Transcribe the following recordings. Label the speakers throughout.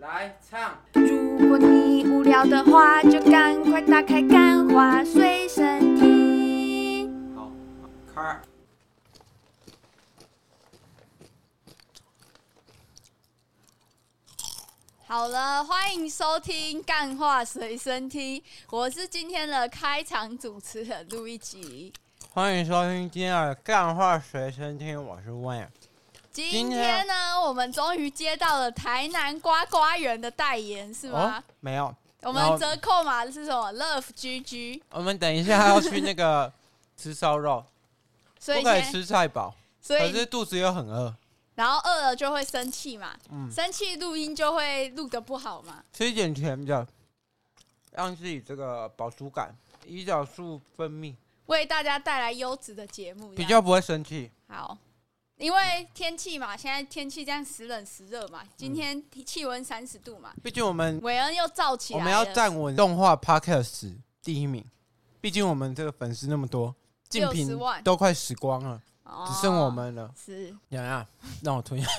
Speaker 1: 来唱。
Speaker 2: 如果你无聊的话，就赶快打开《干花随身听》。
Speaker 1: 好，开。
Speaker 3: 好了，欢迎收听《干话随身听》，我是今天的开场主持人陆一吉。
Speaker 1: 欢迎收听今天的《干话随身听》，我是 Wayne。
Speaker 3: 今天呢，我们终于接到了台南呱呱园的代言，是吗？？
Speaker 1: 哦没有，
Speaker 3: 我
Speaker 1: 然后
Speaker 3: 们折扣码是什么？Love GG，
Speaker 1: 我们等一下要去 那个吃烧肉，
Speaker 3: 所
Speaker 1: 不
Speaker 3: 以
Speaker 1: 可以
Speaker 3: 先
Speaker 1: 吃太饱，
Speaker 3: 所
Speaker 1: 可
Speaker 3: 以
Speaker 1: 是肚子又很饿，
Speaker 3: 然后饿了就会生气嘛，
Speaker 1: 嗯，
Speaker 3: 生气录音就会录的不好嘛。
Speaker 1: 吃一点甜的，让自己这个饱足感，胰岛素分泌，
Speaker 3: 为大家带来优质的节目，
Speaker 1: 比较不会生气。
Speaker 3: 好，因为天气嘛，现在天气这样时冷时热嘛，今天气温三十度嘛，
Speaker 1: 毕竟我们
Speaker 3: 韦恩又燥起
Speaker 1: 嗯我
Speaker 3: 来了。
Speaker 1: 们要站稳动画 Podcast 第一名，毕竟我们这个粉丝那么多，竞品
Speaker 3: 60万
Speaker 1: 都快死光了，
Speaker 3: 哦
Speaker 1: 只剩我们了。
Speaker 3: 是
Speaker 1: 洋洋，让我吞一下。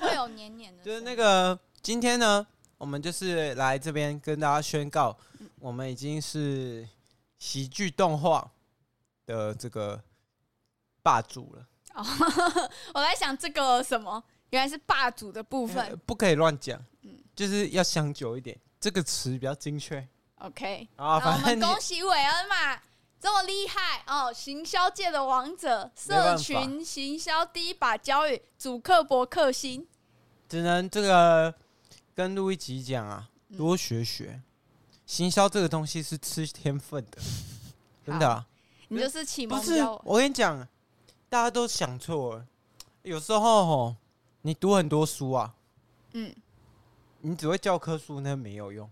Speaker 3: 会有黏黏的声音，
Speaker 1: 就是那个今天呢，我们就是来这边跟大家宣告，
Speaker 3: 嗯
Speaker 1: 我们已经是喜剧动画的这个霸主了，
Speaker 3: 哦， 我在想这个什么，原来是霸主的部
Speaker 1: 呃
Speaker 3: 分。
Speaker 1: 不可以乱讲
Speaker 3: 嗯，
Speaker 1: 就是要想久一点，这个词比较精确
Speaker 3: OK，
Speaker 1: 啊。
Speaker 3: 然后我
Speaker 1: 反
Speaker 3: 们
Speaker 1: 正
Speaker 3: 恭
Speaker 1: 你
Speaker 3: 喜韦恩嘛。这么厉害哦！行销界的王者，
Speaker 1: 没办
Speaker 3: 社
Speaker 1: 法
Speaker 3: 群行销第一把交椅，主客博克星。
Speaker 1: 只能这个跟路易吉讲啊，
Speaker 3: 嗯
Speaker 1: 多学学，行销这个东西是吃天分的，真的啊、
Speaker 3: 你就是启
Speaker 1: 不
Speaker 3: 蒙
Speaker 1: 是
Speaker 3: 教，我
Speaker 1: 我跟你讲，大家都想错了。有时候吼，你读很多书啊，
Speaker 3: 嗯，
Speaker 1: 你只会教科书，那没有用。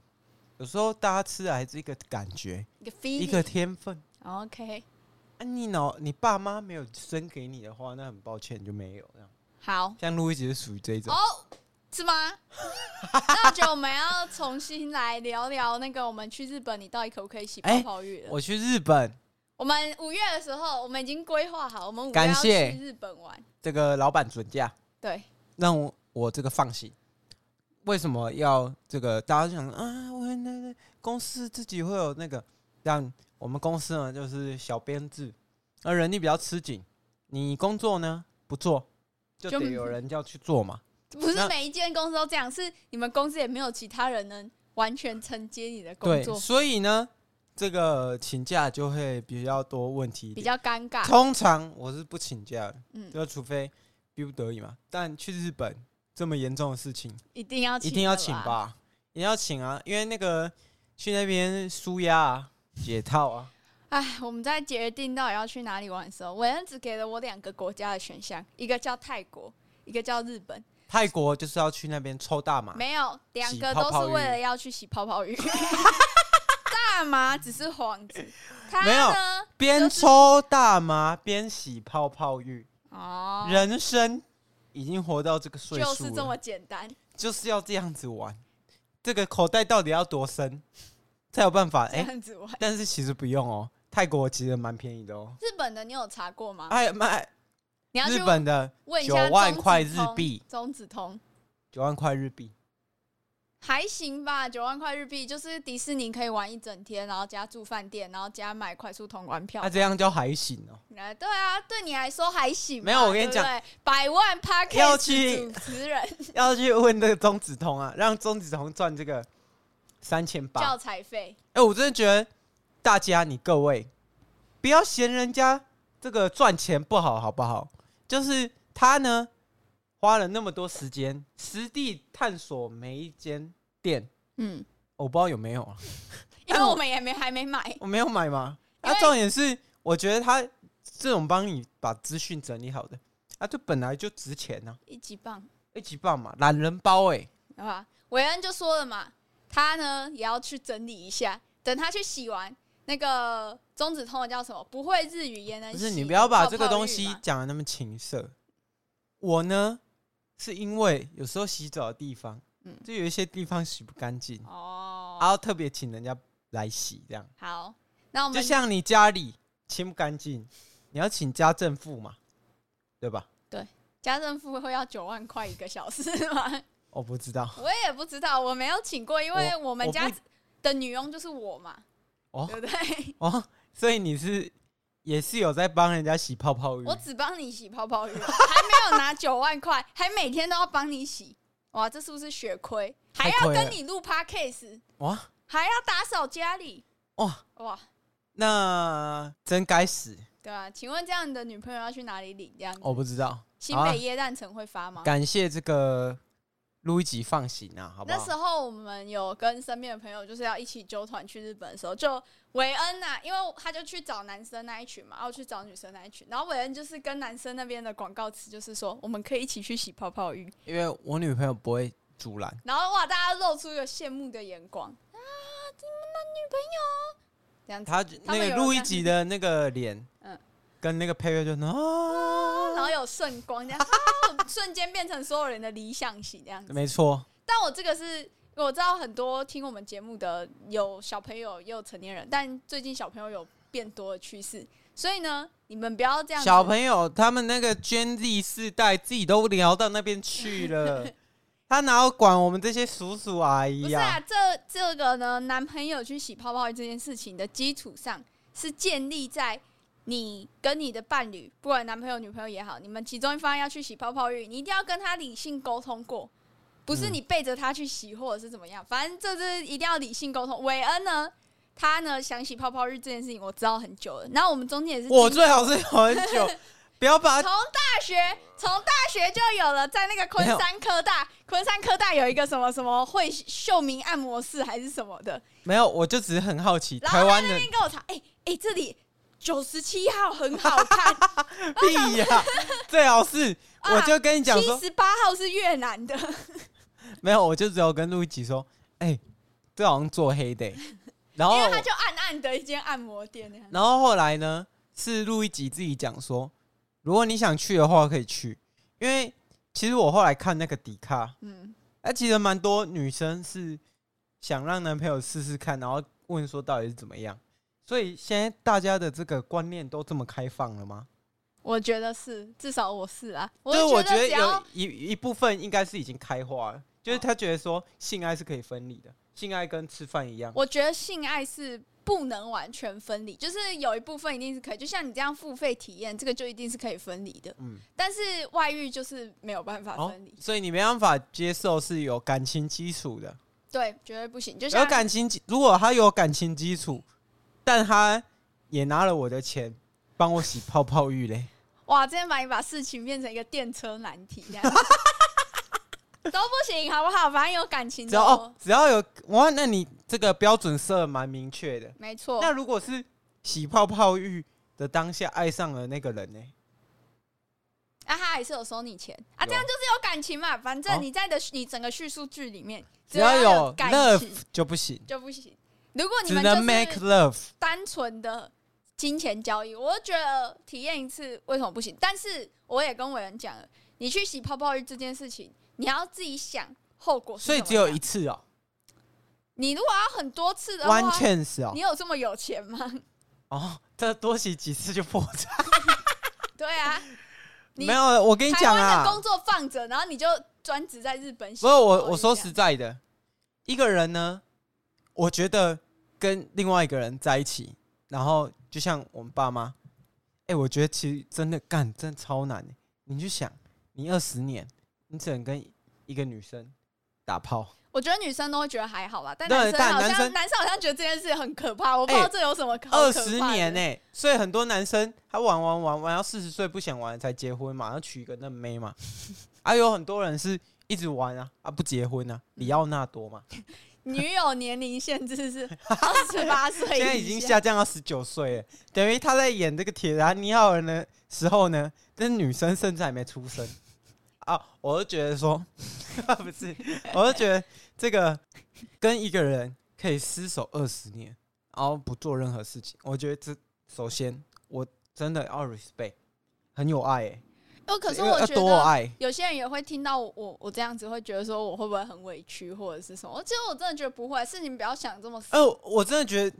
Speaker 1: 有时候大家吃的还是一个感觉，
Speaker 3: 一个 feeling，
Speaker 1: 一个天分。
Speaker 3: OK，
Speaker 1: 啊，你脑你爸妈没有生给你的话，那很抱歉你就没有这样。
Speaker 3: 好
Speaker 1: 像路易吉是属于这一种，
Speaker 3: 哦，是 吗？那我觉得我们要重新来聊聊那个我们去日本，你到底可不可以洗泡
Speaker 1: 哎
Speaker 3: 泡浴了？
Speaker 1: 我去日本，
Speaker 3: 我们五月的时候，我们已经规划好，我们五月
Speaker 1: 感
Speaker 3: 要
Speaker 1: 谢
Speaker 3: 去日本玩。
Speaker 1: 这个老板准假，
Speaker 3: 对，
Speaker 1: 让我我这个放心。为什么要这个？大家就想啊，我那那公司自己会有那个，让我们公司呢就是小编制，而人力比较吃紧，你工作呢不做，就
Speaker 3: 就
Speaker 1: 得有人要去做嘛。
Speaker 3: 不是
Speaker 1: 那
Speaker 3: 每一间公司都这样，是你们公司也没有其他人能完全承接你的工
Speaker 1: 对，
Speaker 3: 作，
Speaker 1: 所以呢，这个请假就会比较多问题一
Speaker 3: 比
Speaker 1: 点。
Speaker 3: 较尴尬。
Speaker 1: 通常我是不请假的，
Speaker 3: 嗯，
Speaker 1: 就除非逼不得已嘛。但去日本这么严重的事情，
Speaker 3: 一定要
Speaker 1: 一定要请
Speaker 3: 的啦？
Speaker 1: 吧，一定要请啊，因为那个去那边舒压啊、解套啊，
Speaker 3: 哎，我们在决定到底要去哪里玩的时候，韦恩只给了我两个国家的选项，一个叫泰国，一个叫日本。
Speaker 1: 泰国就是要去那边抽大麻，
Speaker 3: 没有，两
Speaker 1: 洗
Speaker 3: 个
Speaker 1: 泡
Speaker 3: 都
Speaker 1: 泡
Speaker 3: 是为
Speaker 1: 浴
Speaker 3: 了要去洗泡泡 浴。大麻只是幌子，他
Speaker 1: 没有
Speaker 3: 呢？
Speaker 1: 边抽大麻边洗泡泡浴，
Speaker 3: 哦，
Speaker 1: 人生已经活到这个岁
Speaker 3: 就
Speaker 1: 数
Speaker 3: 是
Speaker 1: 了，
Speaker 3: 这么简单。
Speaker 1: 就是要这样子玩，这个口袋到底要多深才 有办法？
Speaker 3: 这
Speaker 1: 哎、
Speaker 3: 样子玩。
Speaker 1: 但是其实不用哦，泰国其实蛮便宜的哦，
Speaker 3: 日本的你有查过吗？
Speaker 1: 哎妈，
Speaker 3: 啊你要去
Speaker 1: 日本的
Speaker 3: 问一
Speaker 1: 九
Speaker 3: 下
Speaker 1: 万
Speaker 3: 中
Speaker 1: 块
Speaker 3: 子
Speaker 1: 日
Speaker 3: 通
Speaker 1: 币，
Speaker 3: 中子通
Speaker 1: 九万块日币，
Speaker 3: 还行吧，九万块日币就是迪士尼可以玩一整天，然后加住饭店，然后加买快速通关票
Speaker 1: 那、。这样就还行哦。
Speaker 3: 哎、对啊，对你来说还行嘛。
Speaker 1: 没有我跟你
Speaker 3: 对不对，百万 p a r k
Speaker 1: 要去
Speaker 3: 主持人
Speaker 1: 要去问那个钟子通啊， 让钟子通赚这个三千八。
Speaker 3: 教
Speaker 1: 哎、
Speaker 3: 材费，
Speaker 1: 我真的觉得大家你各位不要嫌人家这个赚钱不好，好不好？就是他呢花了那么多时间实地探索每一间店，
Speaker 3: 嗯，
Speaker 1: 我不知道有没有啊，
Speaker 3: 因为我们也没还没买。
Speaker 1: 我没有买吗？
Speaker 3: 因为
Speaker 1: 啊，重点是我觉得他这种帮你把资讯整理好的啊，这本来就值钱呐、啊，
Speaker 3: 一级棒，
Speaker 1: 一级棒嘛，懒人包哎、
Speaker 3: 好吧？韦恩就说了嘛，他呢也要去整理一下，等他去洗完那个中子通的叫什么？不会日语也能
Speaker 1: 不是
Speaker 3: 洗
Speaker 1: 你不要把这个
Speaker 3: 泡泡浴
Speaker 1: 东西
Speaker 3: 嘛
Speaker 1: 讲的那么情色。我呢，是因为有时候洗澡的地方，
Speaker 3: 嗯
Speaker 1: 就有一些地方洗不干净，
Speaker 3: 哦。
Speaker 1: 然后特别请人家来洗，这样。
Speaker 3: 好，哦那我们
Speaker 1: 就像你家里清不干净，你要请家政妇嘛，对吧？
Speaker 3: 家政妇会要九万块一个小时 吗？
Speaker 1: 我不知道
Speaker 3: 我也不知道，我没有请过，因为我们
Speaker 1: 我
Speaker 3: 家
Speaker 1: 不
Speaker 3: 的女佣就是我嘛，
Speaker 1: 哦
Speaker 3: 对不对？
Speaker 1: 哦，所以你是也是有在帮人家洗泡泡浴，
Speaker 3: 我只帮你洗泡泡浴，还没有拿九万块，还每天都要帮你洗，哇，这是不是血亏？还
Speaker 1: 太
Speaker 3: 要
Speaker 1: 亏了
Speaker 3: 跟你录 podcast，
Speaker 1: 哇
Speaker 3: 还要打扫家里，
Speaker 1: 哇，
Speaker 3: 哇，
Speaker 1: 那真该死，
Speaker 3: 对啊，请问这样你的女朋友要去哪里领？这样子，
Speaker 1: 我哦不知道。
Speaker 3: 新
Speaker 1: 好啊
Speaker 3: 北耶诞城会发吗？
Speaker 1: 感谢这个录一集放行啊，好不
Speaker 3: 那时
Speaker 1: 好？
Speaker 3: 候我们有跟身边的朋友，就是要一起纠团去日本的时候，就韦恩呐、因为他就去找男生那一群嘛，然后去找女生那一群，然后韦恩就是跟男生那边的广告词就是说，我们可以一起去洗泡泡浴，
Speaker 1: 因为我女朋友不会阻拦，
Speaker 3: 然后哇，大家露出一个羡慕的眼光啊，怎么男女朋友这样子，
Speaker 1: 她
Speaker 3: 他们
Speaker 1: 那
Speaker 3: 有
Speaker 1: 个
Speaker 3: 人
Speaker 1: 录一
Speaker 3: 在
Speaker 1: 集的那个脸，
Speaker 3: 嗯哦
Speaker 1: 跟那个配乐就啊，
Speaker 3: 然后有圣光这样，啊瞬间变成所有人的理想型这样子。
Speaker 1: 没错，
Speaker 3: 但我这个是我知道很多听我们节目的有小朋友也有成年人，但最近小朋友有变多的趋势，所以呢，你们不要这样子。
Speaker 1: 小朋友他们那个 Gen Z 世代自己都聊到那边 去了，他哪有管我们这些叔叔阿
Speaker 3: 不
Speaker 1: 姨
Speaker 3: 是
Speaker 1: 呀、
Speaker 3: 啊，这这个呢，男朋友去洗泡泡浴这件事情的基础上，是建立在你跟你的伴侣，不管男朋友女朋友也好，你们其中一方要去洗泡泡浴，你一定要跟他理性沟通过，不是
Speaker 1: 嗯
Speaker 3: 你背着他去洗或者是怎么样，反正这是一定要理性沟通。韦恩呢，他呢想洗泡泡浴这件事情，我知道很久了，然后我们中间也是
Speaker 1: 我
Speaker 3: 经
Speaker 1: 最好是有很久， 不要 把
Speaker 3: 从大学，从大学就有了，在那个昆山科大，昆山科大有一个什么什么会秀明按摩室还是什么的，
Speaker 1: 没有，我就只是很好奇
Speaker 3: 然
Speaker 1: 台
Speaker 3: 后他
Speaker 1: 湾
Speaker 3: 那
Speaker 1: 人
Speaker 3: 边跟我查，哎、哎、这里九十七号很好看，
Speaker 1: 屁呀、最好是
Speaker 3: 啊
Speaker 1: 我就跟你 讲
Speaker 3: 七
Speaker 1: 说，
Speaker 3: 十八号是越南的，
Speaker 1: 没有，我就只有跟陆一吉说，哎、这好像做黑的欸、然后
Speaker 3: 因为他就暗暗的一间按摩店那样
Speaker 1: 然后后来呢，是录一集自己讲说，如果你想去的话可以去，因为其实我后来看那个迪卡，
Speaker 3: 嗯，
Speaker 1: 哎、其实蛮多女生是想让男朋友试试看，然后问说到底是怎么样。所以现在大家的这个观念都这么开放了吗？
Speaker 3: 我觉得是，至少我是啊，我
Speaker 1: 就是我觉
Speaker 3: 得
Speaker 1: 得
Speaker 3: 只要
Speaker 1: 有一一部分应该是已经开化了，就是他觉得说性爱是可以分离的，性爱跟吃饭一样。
Speaker 3: 我觉得性爱是不能完全分离，就是有一部分一定是可以，就像你这样付费体验，这个就一定是可以分离的。
Speaker 1: 嗯，
Speaker 3: 但是外遇就是没有办法
Speaker 1: 哦
Speaker 3: 分离，，
Speaker 1: 所以你没办法接受是有感情基础的，
Speaker 3: 对，绝对不行。就
Speaker 1: 有
Speaker 3: 像
Speaker 1: 感情基，如果他有感情基础，但他也拿了我的钱帮我洗泡泡 浴嘞，
Speaker 3: 哇，今天把你把事情变成一个电车难题，这样都不行，好不好？反正有感情
Speaker 1: 只
Speaker 3: 的
Speaker 1: 要
Speaker 3: 哦
Speaker 1: 哦，，只要有哇，那你这个标准设得蛮明确的。
Speaker 3: 没错
Speaker 1: 那。如果是洗泡泡浴的当下爱上了那个人呢？
Speaker 3: 啊，他还是有收你钱啊，
Speaker 1: 有
Speaker 3: 这样就是有感情嘛。反正
Speaker 1: 哦
Speaker 3: 你在你的你整个叙述剧里面，
Speaker 1: 只要
Speaker 3: 有
Speaker 1: 有
Speaker 3: 感
Speaker 1: love
Speaker 3: 情
Speaker 1: 就不行，
Speaker 3: 就不行。如果你
Speaker 1: 只
Speaker 3: 们
Speaker 1: 能 make
Speaker 3: 就是
Speaker 1: love。
Speaker 3: 单纯的金钱交易，我就觉得体验一次为什么不行？但是我也跟伟人讲了，你去洗泡泡浴这件事情，你要自己想后果是
Speaker 1: 所以
Speaker 3: 怎么
Speaker 1: 只有
Speaker 3: 样
Speaker 1: 一次哦
Speaker 3: 你如果要很多次的话，
Speaker 1: ，one chance 哦
Speaker 3: 你，有这么有钱 吗？
Speaker 1: 哦，这多洗几次就破产。
Speaker 3: 对啊，你
Speaker 1: 没有，我跟你
Speaker 3: 台
Speaker 1: 讲
Speaker 3: 湾的
Speaker 1: 啊
Speaker 3: 工，作放着，然后你就专职在日本洗
Speaker 1: 不
Speaker 3: 泡
Speaker 1: 是
Speaker 3: 泡浴这样。
Speaker 1: 我，我说实在的，一个人呢，我觉得跟另外一个人在一起，然后就像我们爸妈，哎、我觉得其实真的干，真的超难的。欸你就想，你二十年，你只能跟一个女生打炮，
Speaker 3: 我觉得女生都会觉得还好吧，但
Speaker 1: 对
Speaker 3: 男生
Speaker 1: 但
Speaker 3: 好像
Speaker 1: 男生
Speaker 3: 好像觉得这件事很可怕，我不知道
Speaker 1: 哎
Speaker 3: 这有什么可
Speaker 1: 二十年欸呢、
Speaker 3: 呢。
Speaker 1: 所以很多男生他玩玩玩玩到四十岁不想玩了才结婚嘛，要娶一个嫩妹嘛。啊，有很多人是一直玩啊啊不结婚啊，里奥纳多嘛，
Speaker 3: 女友年龄限制 是二十八岁，
Speaker 1: 现在已经下。降到十九岁了，等于他在演这个铁达尼号人的时候呢，这女生甚至还没出生。啊，我就觉得说， 不是，我就觉得这个跟一个人可以厮守二十年，然后不做任何事情，我觉得这首先我真的要 respect，很有爱、欸，
Speaker 3: 哦，可是
Speaker 1: 因为
Speaker 3: 我
Speaker 1: 要
Speaker 3: 觉
Speaker 1: 多有
Speaker 3: 得
Speaker 1: 啊爱，
Speaker 3: 有些人也会听到我我我这样子，会觉得说我会不会很委屈或者是什么？其实我真的觉得不会，是你们不要想这么死。
Speaker 1: 哎、我真的觉得，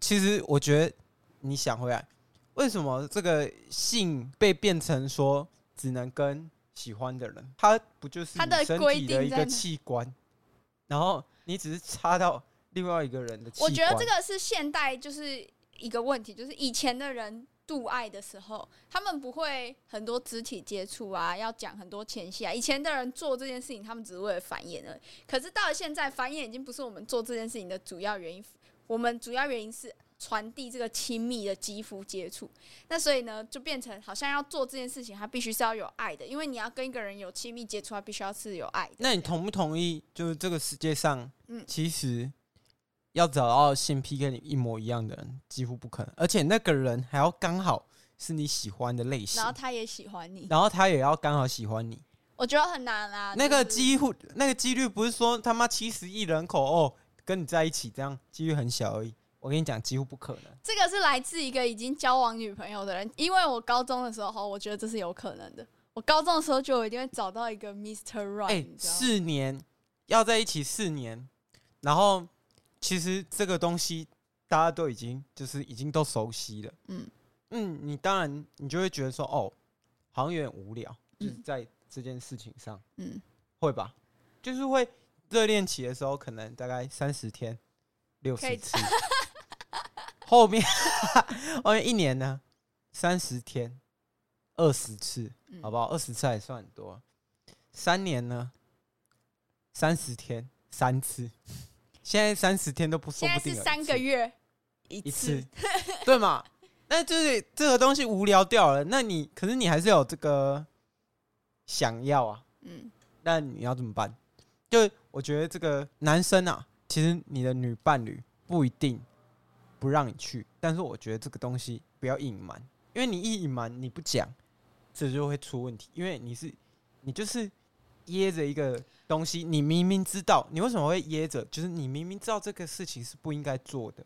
Speaker 1: 其实我觉得你想回来，为什么这个性被变成说只能跟喜欢的人？它不就是
Speaker 3: 它
Speaker 1: 你
Speaker 3: 的
Speaker 1: 身
Speaker 3: 规
Speaker 1: 体
Speaker 3: 定
Speaker 1: 的一
Speaker 3: 在
Speaker 1: 个
Speaker 3: 哪
Speaker 1: 器官？然后你只是插到另外一个人的器官。
Speaker 3: 我觉得这个是现代就是一个问题，就是以前的人度爱的时候，他们不会很多肢体接触啊，要讲很多前戏啊。以前的人做这件事情，他们只是为了繁衍而已。可是到了现在，繁衍已经不是我们做这件事情的主要原因，我们主要原因是。传递这个亲密的肌肤接触，那所以呢，就变成好像要做这件事情，它必须是要有爱的，因为你要跟一个人有亲密接触，它必须要是有爱的。
Speaker 1: 那你同不同意？就是这个世界上，
Speaker 3: 嗯
Speaker 1: 其实要找到性癖跟你一模一样的人几乎不可能，而且那个人还要刚好是你喜欢的类型
Speaker 3: 然后，他也喜欢你，
Speaker 1: 然后他也要刚好喜欢你。
Speaker 3: 我觉得很难啊。
Speaker 1: 那个
Speaker 3: 就是
Speaker 1: 几乎那个几率不是说他妈七十亿人口哦跟你在一起这样几率很小而已。我跟你讲，几乎不可能。
Speaker 3: 这个是来自一个已经交往女朋友的人，因为我高中的时候，我觉得这是有可能的。我高中的时候就一定会找到一个 Mr. Right，、
Speaker 1: 哎、
Speaker 3: 你知道吗
Speaker 1: 四年要在一起四年，然后其实这个东西大家都已经就是已经都熟悉了。
Speaker 3: 嗯
Speaker 1: 嗯，你当然你就会觉得说哦，好像有点无聊，就是
Speaker 3: 嗯
Speaker 1: 在这件事情上。
Speaker 3: 嗯，
Speaker 1: 会吧？就是会热恋期的时候，可能大概三十天、六
Speaker 3: 可以
Speaker 1: 十次，后面后面一年呢，三十天、二十次，
Speaker 3: 嗯
Speaker 1: 好不好？二十次还算很多。三年呢，三十天三次，现在三十天都不说
Speaker 3: 现在
Speaker 1: 不定
Speaker 3: 是
Speaker 1: 有一
Speaker 3: 三
Speaker 1: 次
Speaker 3: 个月
Speaker 1: 一
Speaker 3: 一
Speaker 1: 次，对嘛？那就是这个东西无聊掉了，那你可是你还是有这个想要啊，
Speaker 3: 嗯，
Speaker 1: 那你要怎么办？就我觉得这个男生啊，其实你的女伴侣不一定不让你去，但是我觉得这个东西不要隐瞒，因为你一隐瞒你不讲，这就会出问题，因为你是你就是掖着一个东西，你明明知道，你为什么会掖着？就是你明明知道这个事情是不应该做的，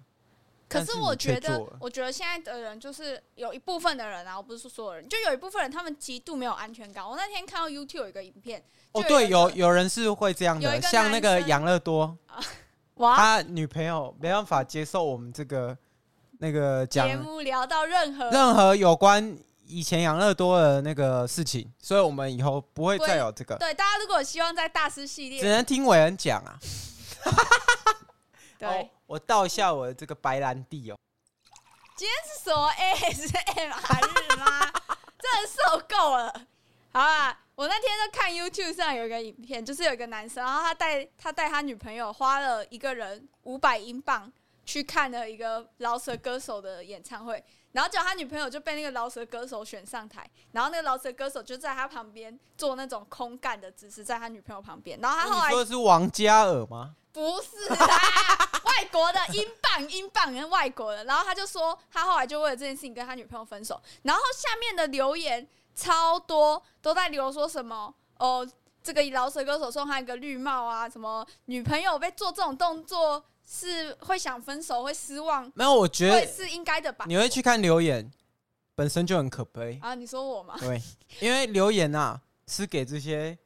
Speaker 3: 可
Speaker 1: 但
Speaker 3: 是
Speaker 1: 是
Speaker 3: 我
Speaker 1: 你却
Speaker 3: 觉得
Speaker 1: 做了，
Speaker 3: 我觉得现在的人就是有一部分的人啊，我不是说所有人，就有一部分人他们极度没有安全感。我那天看到 YouTube 有一个影片，
Speaker 1: 哦，
Speaker 3: 就一
Speaker 1: 对，
Speaker 3: 个
Speaker 1: 有有人是会这样
Speaker 3: 有一
Speaker 1: 的，
Speaker 3: 个
Speaker 1: 像那
Speaker 3: 男
Speaker 1: 个
Speaker 3: 生
Speaker 1: 养乐多，
Speaker 3: 哇，
Speaker 1: 他女朋友没办法接受我们这个那个讲
Speaker 3: 节目聊到任何
Speaker 1: 任何有关以前养乐多的那个事情，所以我们以后不会再有这个，
Speaker 3: 对大家如果有希望在大师系
Speaker 1: 只
Speaker 3: 列，
Speaker 1: 能听伟人讲啊。
Speaker 3: 对、
Speaker 1: 哦，我倒一下我的这个白兰地哦。
Speaker 3: 是什么 ASMR 日吗？ 真的受够了。好啦，我那天就看 YouTube 上有一个影片，就是有一个男生，然后他带他带他女朋友花了一个人五百英镑去看了一个饶舌歌手的演唱会，然后结果他女朋友就被那个饶舌歌手选上台，然后那个饶舌歌手就在他旁边做那种空干的姿势，在他女朋友旁边，然后他后来
Speaker 1: 你说的是王嘉尔吗？
Speaker 3: 不是啦，外国的英镑，英镑跟外国的。然后他就说，他后来就为了这件事情跟他女朋友分手。然后下面的留言超多，都在留说什么哦，这个饶舌歌手送他一个绿帽啊，什么女朋友被做这种动作是会想分手，会失望，
Speaker 1: 没有，我觉
Speaker 3: 会
Speaker 1: 得
Speaker 3: 是应该的吧？
Speaker 1: 你会去看留言，本身就很可悲。
Speaker 3: 啊，你说我吗？
Speaker 1: 对，因为留言啊是给这些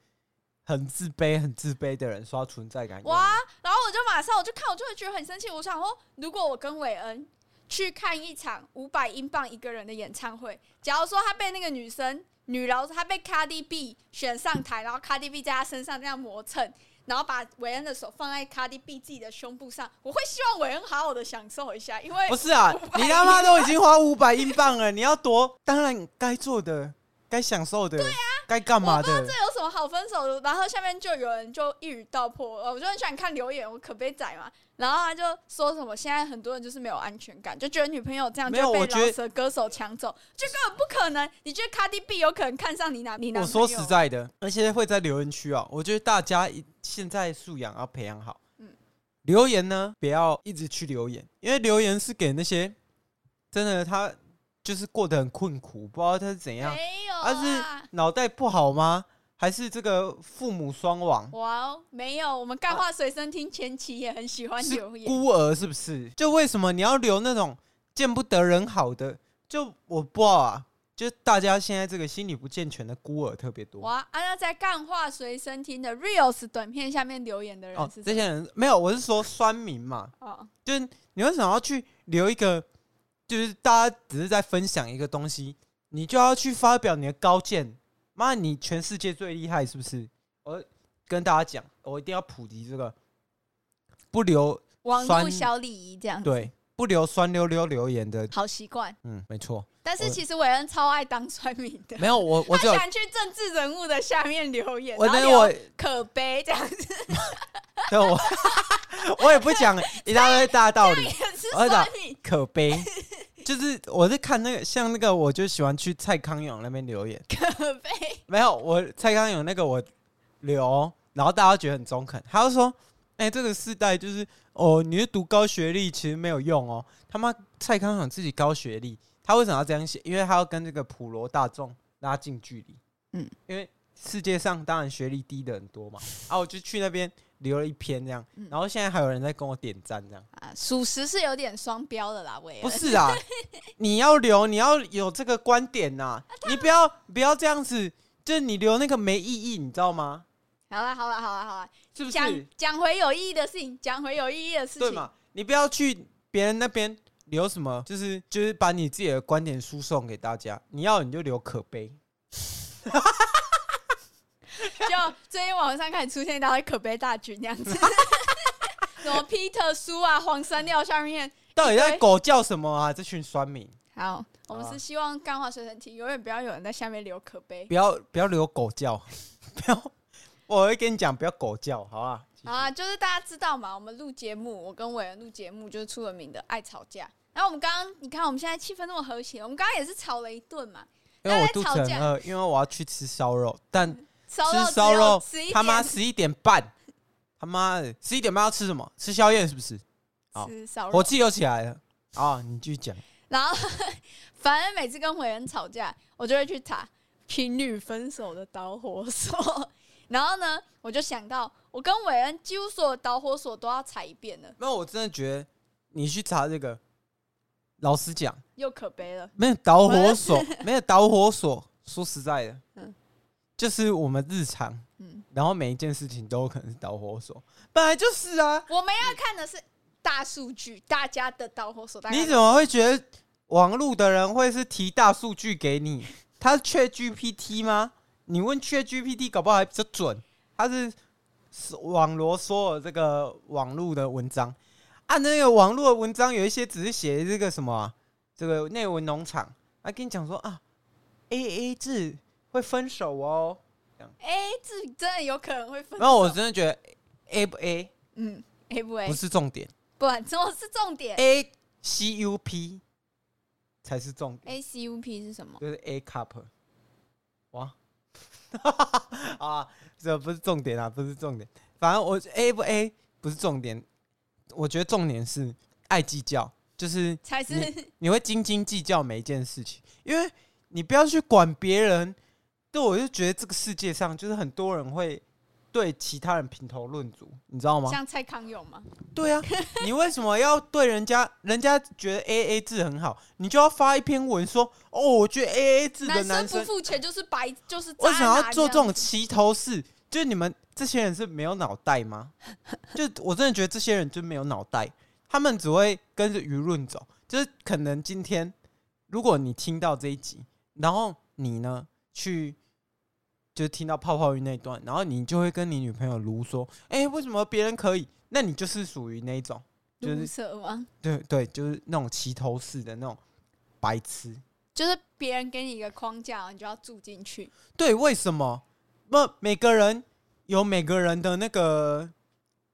Speaker 1: 很自卑、很自卑的人刷存在感用的。
Speaker 3: 哇！然后我就马上我就看，我就会觉得很生气。我想说，如果我跟韦恩去看一场五百英镑一个人的演唱会，假如说他被那个女生女饶，他被 Cardi B 选上台，然后 Cardi B 在他身上这样磨蹭，然后把韦恩的手放在 Cardi B 自己的胸部上，我会希望韦恩好好的享受一下，因为
Speaker 1: 不是啊，
Speaker 3: 500
Speaker 1: 你他妈都已经花五百英镑了，你要多？当然该做的、该享受的，对啊，该干嘛的？
Speaker 3: 这有什么好分手的？然后下面就有人就一语道破，呃我就很喜欢看留言，我可悲仔嘛。然后他就说什么，现在很多人就是没有安全感，就觉得女朋友这样
Speaker 1: 没有
Speaker 3: 就被
Speaker 1: 我觉得
Speaker 3: 饶舌歌手抢走，就根本不可能。你觉得卡迪 B 有可能看上你男你男
Speaker 1: 我
Speaker 3: 朋友？
Speaker 1: 说实，在的，而且会在留言区啊，我觉得大家一现在素养要培养好。嗯
Speaker 3: 嗯，
Speaker 1: 留言呢，不要一直去留言，因为留言是给那些真的他就是过得很困苦，不知道他是怎样，
Speaker 3: 没有
Speaker 1: 他、是
Speaker 3: 啊，
Speaker 1: 脑袋不好吗？还是这个父母双亡？
Speaker 3: 哇哦，没有，我们干话随身听前期也很喜欢
Speaker 1: 是
Speaker 3: 留言，
Speaker 1: 孤儿是不是？就为什么你要留那种见不得人好的？就我不知道啊，就大家现在这个心理不健全的孤儿特别多。
Speaker 3: 哇，啊，那在干话随身听的 reels 短片下面留言的人
Speaker 1: 哦
Speaker 3: 是，
Speaker 1: 这
Speaker 3: 谁？
Speaker 1: 些人没有，我是说酸民嘛，
Speaker 3: 哦，
Speaker 1: 就是你为什么要去留一个？就是大家只是在分享一个东西，你就要去发表你的高见。妈，你全世界最厉害是不是？我跟大家讲，我一定要普及这个，不留
Speaker 3: 网
Speaker 1: 酸
Speaker 3: 络小礼仪这样子，
Speaker 1: 对不留酸溜溜留言的，
Speaker 3: 好习惯。
Speaker 1: 嗯，没错。
Speaker 3: 但是
Speaker 1: 我
Speaker 3: 其实韦恩超爱当酸民的，
Speaker 1: 没有我，我
Speaker 3: 他
Speaker 1: 只有
Speaker 3: 喜欢去政治人物的下面留言，
Speaker 1: 我
Speaker 3: 然
Speaker 1: 那
Speaker 3: 后
Speaker 1: 我
Speaker 3: 留可悲这样子，
Speaker 1: 对我 我也不讲一大堆大道理，
Speaker 3: 也是
Speaker 1: 我
Speaker 3: 酸民。
Speaker 1: 可悲。就是我在看那个，像那个，我就喜欢去蔡康永那边留言。
Speaker 3: 可悲，
Speaker 1: 没有，我蔡康永那个我留，然后大家觉得很中肯，他就说：“哎、这个世代就是哦，你是读高学历其实没有用哦。”他妈蔡康永自己高学历，他为什么要这样写？因为他要跟这个普罗大众拉近距离。
Speaker 3: 嗯
Speaker 1: 嗯，因为世界上当然学历低的很多嘛。啊，我就去那边留了一篇这样
Speaker 3: 嗯，
Speaker 1: 然后现在还有人在跟我点赞这样。
Speaker 3: 啊，属实是有点双标的啦，韦
Speaker 1: 不
Speaker 3: 恩。
Speaker 1: 是啊，你要留，你要有这个观点呐、你不要不要这样子，就是你留那个没意义，你知道吗？
Speaker 3: 好啦，好啦，好啦，好啦，
Speaker 1: 是不
Speaker 3: 讲
Speaker 1: 是？
Speaker 3: 讲回有意义的事情，讲回有意义的事
Speaker 1: 对
Speaker 3: 情
Speaker 1: 嘛。？你不要去别人那边留什么，就是就是把你自己的观点输送给大家。你要你就留可悲，
Speaker 3: 就最近网上开始出现一大堆可悲大军那样子， 什么 Peter 叔啊、黄山料下面。
Speaker 1: 到底在
Speaker 3: 对
Speaker 1: 狗叫什么啊？这群酸民，
Speaker 3: 好，我们
Speaker 1: 好啊
Speaker 3: 是希望干话随身听，永远不要有人在下面留可悲
Speaker 1: 不。要不要留狗叫， 不要，我会跟你讲，不要狗叫，好吧？
Speaker 3: 好啊，就是大家知道嘛，我们录节目，我跟伟人录节目就是出了名的爱吵架。然后我们刚刚，你看我们现在气氛那么和谐，我们刚刚也是吵了一顿嘛，
Speaker 1: 因为
Speaker 3: 大家
Speaker 1: 我
Speaker 3: 在
Speaker 1: 肚子
Speaker 3: 吵架
Speaker 1: 很饿，因为我要去吃烧肉，但。
Speaker 3: 烧
Speaker 1: 吃
Speaker 3: 肉
Speaker 1: 烧肉
Speaker 3: 只有11
Speaker 1: 他妈
Speaker 3: 点
Speaker 1: 十一点半，他妈的十一点半要吃什么？吃宵夜是不是？好
Speaker 3: 吃烧肉
Speaker 1: 火，气又起来了啊！你继续讲，
Speaker 3: 然后反正每次跟伟人吵架，我就会去查情侣分手的导火索。然后呢，我就想到我跟伟恩几乎所有导火索都要踩一遍了，
Speaker 1: 没有，我真的觉得你去查这个，老实讲，
Speaker 3: 又可悲了。
Speaker 1: 没有导火 索，没有导火索。说实在的，
Speaker 3: 嗯
Speaker 1: 就是我们日常，
Speaker 3: 嗯，
Speaker 1: 然后每一件事情都有可能是导火索，本来就是啊。
Speaker 3: 我们要看的是大数据，大家的导火索大概。
Speaker 1: 你怎么会觉得网路的人会是提大数据给你？他缺 GPT 吗？你问缺 GPT 搞不好还比较准。他是网罗所有这个网路的文章，按、那个网络的文章有一些只是写这个什么啊、这个内文农场，啊跟你讲说啊，A A 制会分手哦。
Speaker 3: 哎，这真的有可能会分手。
Speaker 1: 然后我真的觉得 A 不 A
Speaker 3: 嗯，A 不 A？
Speaker 1: 不是重点
Speaker 3: 不，这么是重点。
Speaker 1: ，A C U P 才是重点。
Speaker 3: A C U P 是什么？
Speaker 1: 就是 A cup。哇， 啊，这不是重点啊，不是重点。反正我 A 不 A 不是重点，我觉得重点是爱计较，就是
Speaker 3: 才是
Speaker 1: 你会斤斤计较每一件事情，因为你不要去管别人。对，我就觉得这个世界上就是很多人会对其他人评头论足，你知道吗？
Speaker 3: 像蔡康永吗？
Speaker 1: 对啊，你为什么要对人家？人家觉得 A A 制很好，你就要发一篇文说哦，我觉得 A A 制的
Speaker 3: 生
Speaker 1: 男
Speaker 3: 不
Speaker 1: 生
Speaker 3: 付钱就是白，就是渣
Speaker 1: 为什么
Speaker 3: 男
Speaker 1: 要做这
Speaker 3: 样
Speaker 1: 种齐头式？就是你们这些人是没有脑袋吗？ 就我真的觉得这些人就没有脑袋，他们只会跟着舆论走。就是可能今天，如果你听到这一集，然后你呢去，就是听到泡泡浴那一段，然后你就会跟你女朋友撸说：“哎、为什么别人可以？”那你就是属于那一种，就
Speaker 3: 毒
Speaker 1: 是
Speaker 3: 舌吗？
Speaker 1: 对对，就是那种齐头式的那种白痴。
Speaker 3: 就是别人给你一个框架，你就要住进去。
Speaker 1: 对，为什么？不，每个人有每个人的那个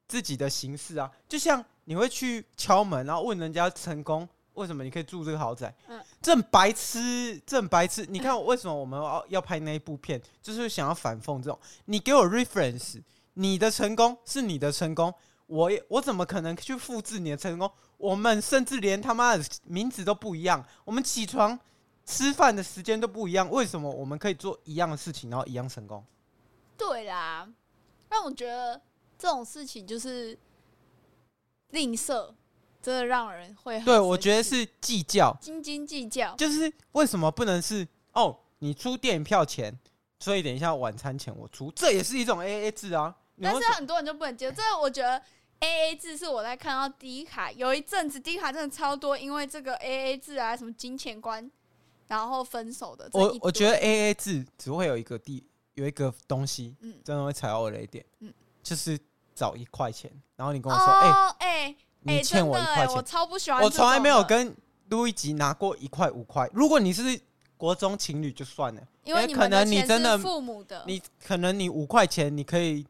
Speaker 1: 自己的形式啊。就像你会去敲门，然后问人家成功为什么你可以住这个豪宅？
Speaker 3: 嗯
Speaker 1: 这很白痴，这很白痴。你看为什么我们要要拍那一部片，就是想要反讽这种。你给我 reference，你的成功是你的成功。我也我怎么可能去复制你的成功？我们甚至连他妈的名字都不一样，我们起床吃饭的时间都不一样，为什么我们可以做一样的事情，然后一样成功？
Speaker 3: 对啦，让我觉得这种事情就是吝啬，真的让人会很
Speaker 1: 对，我
Speaker 3: 生
Speaker 1: 觉得
Speaker 3: 气
Speaker 1: 是计较，
Speaker 3: 斤斤计较。
Speaker 1: 就是为什么不能是哦，你出电影票钱，所以等一下晚餐钱我出，这也是一种 A A 制啊。你
Speaker 3: 但
Speaker 1: 为
Speaker 3: 是
Speaker 1: 什
Speaker 3: 很多人就不能接受，这个我觉得 A A 制是我在看到低卡有一阵子低卡真的超多，因为这个 A A 制啊，什么金钱观，然后分手的。这
Speaker 1: 我
Speaker 3: 一
Speaker 1: 我
Speaker 3: 堆
Speaker 1: 觉得 A A 制只会有一个地有一个东西，
Speaker 3: 嗯
Speaker 1: 真的会踩到我雷点，
Speaker 3: 嗯
Speaker 1: 就是找一块钱，然后你跟我说，哎、
Speaker 3: 哦，哎哎，
Speaker 1: 你欠我一
Speaker 3: 真的
Speaker 1: 块
Speaker 3: 哎
Speaker 1: 钱
Speaker 3: 我，超不喜欢，
Speaker 1: 我从来没有，跟路易吉拿过一块五块。如果你是国中情侣就算了，
Speaker 3: 因为
Speaker 1: 哎
Speaker 3: 你
Speaker 1: 可
Speaker 3: 们
Speaker 1: 能
Speaker 3: 的
Speaker 1: 你
Speaker 3: 钱
Speaker 1: 真
Speaker 3: 是
Speaker 1: 的
Speaker 3: 父母的，
Speaker 1: 你可能你五块钱你可以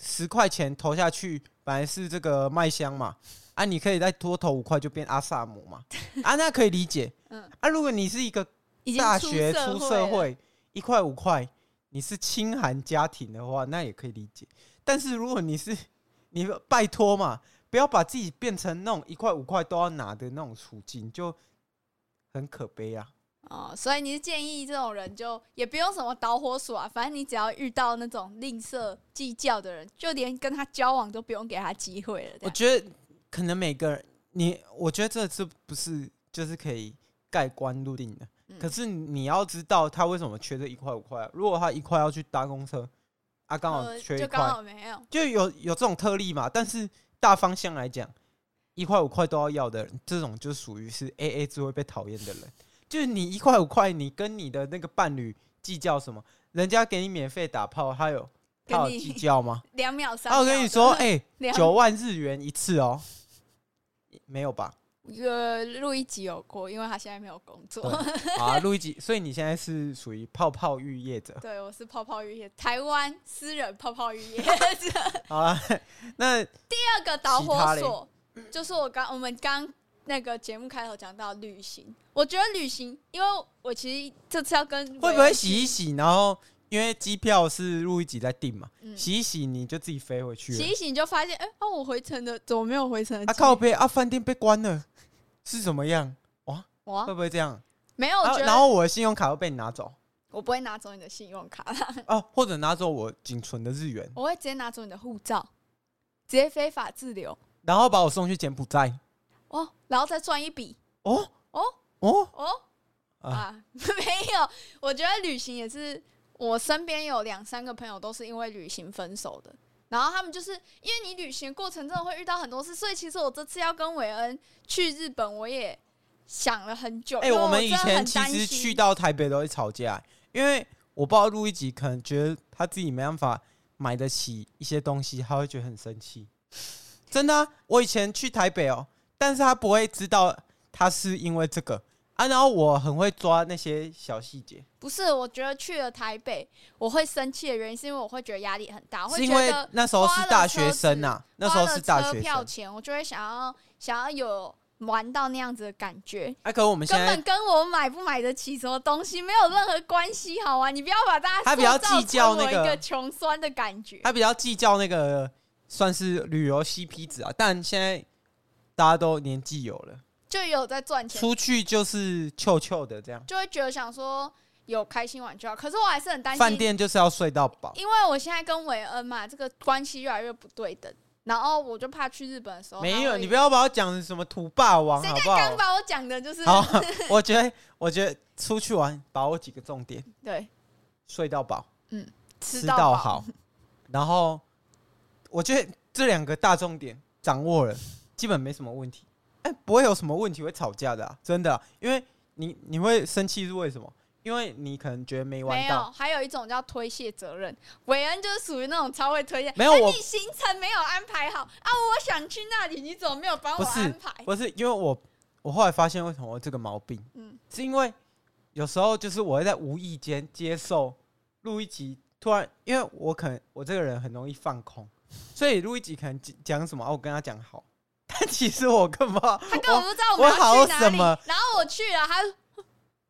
Speaker 1: 十块钱投下去，本来是这个麦香嘛，啊，你可以再多投五块就变阿萨姆 嘛，啊，那可以理解。
Speaker 3: 嗯，
Speaker 1: 啊，如果你是一个
Speaker 3: 已经
Speaker 1: 大学出社
Speaker 3: 社了，
Speaker 1: 会一块五块，你是清寒家庭的话，那也可以理解。但是如果你是你拜托嘛，不要把自己变成那种一块五块都要拿的那种处境，就很可悲啊。
Speaker 3: 哦，所以你是建议这种人就也不用什么导火索啊，反正你只要遇到那种吝啬计较的人，就连跟他交往都不用给他机会了。这
Speaker 1: 我
Speaker 3: 样
Speaker 1: 觉得可能每个人，你我觉得这是不是就是可以盖棺论定的？
Speaker 3: 嗯
Speaker 1: 可是你要知道他为什么缺这一块五块啊、如果他一块要去搭公车，啊，刚好
Speaker 3: 呃
Speaker 1: 缺一
Speaker 3: 就
Speaker 1: 块，
Speaker 3: 刚好没有。
Speaker 1: 就有有这种特例嘛，但是大方向来讲，一块五块都要要的人，这种就属于是 A A 制会被讨厌的人。就是你一块五块，你跟你的那个伴侣计较什么？人家给你免费打炮，他有
Speaker 3: 跟
Speaker 1: 他有
Speaker 3: 你
Speaker 1: 计 较吗？
Speaker 3: 两秒三
Speaker 1: 啊，
Speaker 3: 秒的。
Speaker 1: 我跟你说，哎、
Speaker 3: 两，
Speaker 1: 九万日元一次哦，没有吧？
Speaker 3: 呃，录一集有过，因为他现在没有工作。
Speaker 1: 对好啊，录一集。所以你现在是属于泡泡浴业者。
Speaker 3: 对，我是泡泡浴业，台湾私人泡泡浴 业。
Speaker 1: 好了， 那
Speaker 3: 第二个导火
Speaker 1: 其
Speaker 3: 索就是我刚我们刚那个节目开头讲到旅行，我觉得旅行，因为我其啊实这次要跟
Speaker 1: 会不会洗一洗，然后因为机票是录一集在订嘛，
Speaker 3: 嗯
Speaker 1: 洗一洗你就自己飞回去了
Speaker 3: 洗一洗，你就发现，哎、啊，我回程的怎么没有回程的
Speaker 1: 啊
Speaker 3: 记录？
Speaker 1: 靠背啊，饭店被关了，是怎么样？
Speaker 3: 哇
Speaker 1: 会，不会这样？
Speaker 3: 没哦有，我
Speaker 1: 啊
Speaker 3: 觉得、
Speaker 1: 然后我的信用卡又被你拿走
Speaker 3: 我不会拿走你的信用卡啦，
Speaker 1: 啊，或者拿走我仅存的日元，
Speaker 3: 我会直接拿走你的护照，直接非法滞留
Speaker 1: 然后把我送去柬埔寨。
Speaker 3: 哦，然后再赚一笔
Speaker 1: 哦
Speaker 3: 哦。
Speaker 1: 哦，
Speaker 3: 哦
Speaker 1: 啊
Speaker 3: 啊， 没有，我觉得旅行也是，我身边有两三个朋友都是因为旅行分手的。然后他们就是因为你旅行过程真的会遇到很多事，所以其实我这次要跟韦恩去日本，我也想了很久。
Speaker 1: 哎、
Speaker 3: 因为
Speaker 1: 我
Speaker 3: 我
Speaker 1: 们
Speaker 3: 真
Speaker 1: 以
Speaker 3: 的
Speaker 1: 前
Speaker 3: 很
Speaker 1: 其
Speaker 3: 担
Speaker 1: 实
Speaker 3: 心
Speaker 1: 去到台北都会吵架，因为我不知道录一集可能觉得他自己没办法买得起一些东西，他会觉得很生气。真的啊、我以前去台北哦，但是他不会知道他是因为这个啊，然后我很会抓那些小细节。
Speaker 3: 不是，我觉得去了台北我会生气的原因，是因为我会觉得压力很大，我
Speaker 1: 是
Speaker 3: 啊会
Speaker 1: 因
Speaker 3: 觉
Speaker 1: 为
Speaker 3: 得
Speaker 1: 那时候是大学生呐、那时
Speaker 3: 花
Speaker 1: 候
Speaker 3: 了
Speaker 1: 是大
Speaker 3: 车
Speaker 1: 学
Speaker 3: 票
Speaker 1: 生。
Speaker 3: 钱，我就会想要想要有玩到那样子的感觉。
Speaker 1: 哎、可我们现
Speaker 3: 根本
Speaker 1: 在
Speaker 3: 跟我买不买得起什么东西没有任何关系，好吗？你不要把大家
Speaker 1: 他比
Speaker 3: 塑
Speaker 1: 较
Speaker 3: 造
Speaker 1: 计较
Speaker 3: 成我
Speaker 1: 那个
Speaker 3: 一个穷酸的感觉。
Speaker 1: 他比较计较那个算是旅游 CP 值啊，但现在大家都年纪有了，
Speaker 3: 就有在赚钱，
Speaker 1: 出去就是臭臭的这样，
Speaker 3: 就会觉得想说有开心玩就好。可是我还是很担
Speaker 1: 饭
Speaker 3: 心，
Speaker 1: 店就是要睡到饱。
Speaker 3: 因为我现在跟韦恩嘛，这个关系越来越不对等，然后我就怕去日本的时候
Speaker 1: 没
Speaker 3: 他
Speaker 1: 有，
Speaker 3: 会
Speaker 1: 你不要把我讲成什么土霸王
Speaker 3: 谁
Speaker 1: 好不
Speaker 3: 刚
Speaker 1: 好？
Speaker 3: 把我讲的就是
Speaker 1: 好，我觉得我觉得出去玩把握几个重点：
Speaker 3: 对
Speaker 1: 睡到饱，吃
Speaker 3: 吃到
Speaker 1: 到
Speaker 3: 饱，
Speaker 1: 好，然后我觉得这两个大重点掌握了，基本没什么问题。哎、不会有什么问题会吵架的、啊，真的啊、因为你你会生气是为什么？因为你可能觉得没
Speaker 3: 没
Speaker 1: 玩
Speaker 3: 有
Speaker 1: 到，，
Speaker 3: 还有一种叫推卸责任。韦恩就是属于那种超会推卸，
Speaker 1: 没有
Speaker 3: 哎
Speaker 1: 我
Speaker 3: 你行程没有安排好啊，我想去那里，你怎么没有帮我
Speaker 1: 不是
Speaker 3: 安排？
Speaker 1: 不是因为我我后来发现为什么我这个毛病，
Speaker 3: 嗯
Speaker 1: 是因为有时候就是我会在无意间接受录一集，突然因为我可能我这个人很容易放空，所以录一集可能讲讲什么、啊，我跟他讲好， 但其实我根本
Speaker 3: 他根本不知道
Speaker 1: 我
Speaker 3: 们要去
Speaker 1: 好
Speaker 3: 哪
Speaker 1: 什
Speaker 3: 里
Speaker 1: 么。
Speaker 3: 然后我去了，他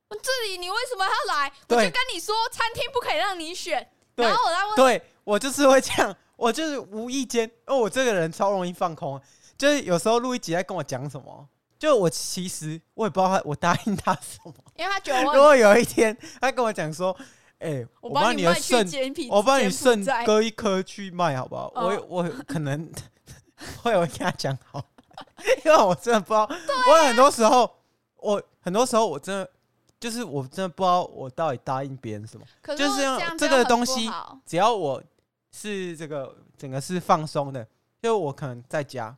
Speaker 3: 我这里你为什么要来？我
Speaker 1: 对
Speaker 3: 就跟你说，餐厅不可以让你选。
Speaker 1: 对
Speaker 3: 然后我再问，
Speaker 1: 对我就是会这样，我就是无意间，因为我这个人超容易放空，就是有时候录一集在跟我讲什么，就我其实我也不知道他我答应他什么。
Speaker 3: 因为他觉得
Speaker 1: 如
Speaker 3: 我
Speaker 1: 果有一天他跟我讲说，哎、哎，
Speaker 3: 我
Speaker 1: 把
Speaker 3: 你
Speaker 1: 的
Speaker 3: 卖去
Speaker 1: 肾，
Speaker 3: 柬埔寨，
Speaker 1: 我把你
Speaker 3: 柬
Speaker 1: 肾
Speaker 3: 埔寨
Speaker 1: 割一颗去卖，好不好？
Speaker 3: 哦
Speaker 1: 我我可能 会有跟他讲好，因为我真的不知道，
Speaker 3: 啊
Speaker 1: 我很多时候，我很多时候我真的就是我真的不知道我到底答应别人什么。
Speaker 3: 可
Speaker 1: 就
Speaker 3: 这
Speaker 1: 是这样
Speaker 3: 样
Speaker 1: 这
Speaker 3: 真的
Speaker 1: 个
Speaker 3: 很
Speaker 1: 东
Speaker 3: 不
Speaker 1: 西
Speaker 3: 好
Speaker 1: 只要我是这个整个是放松的，就我可能在家，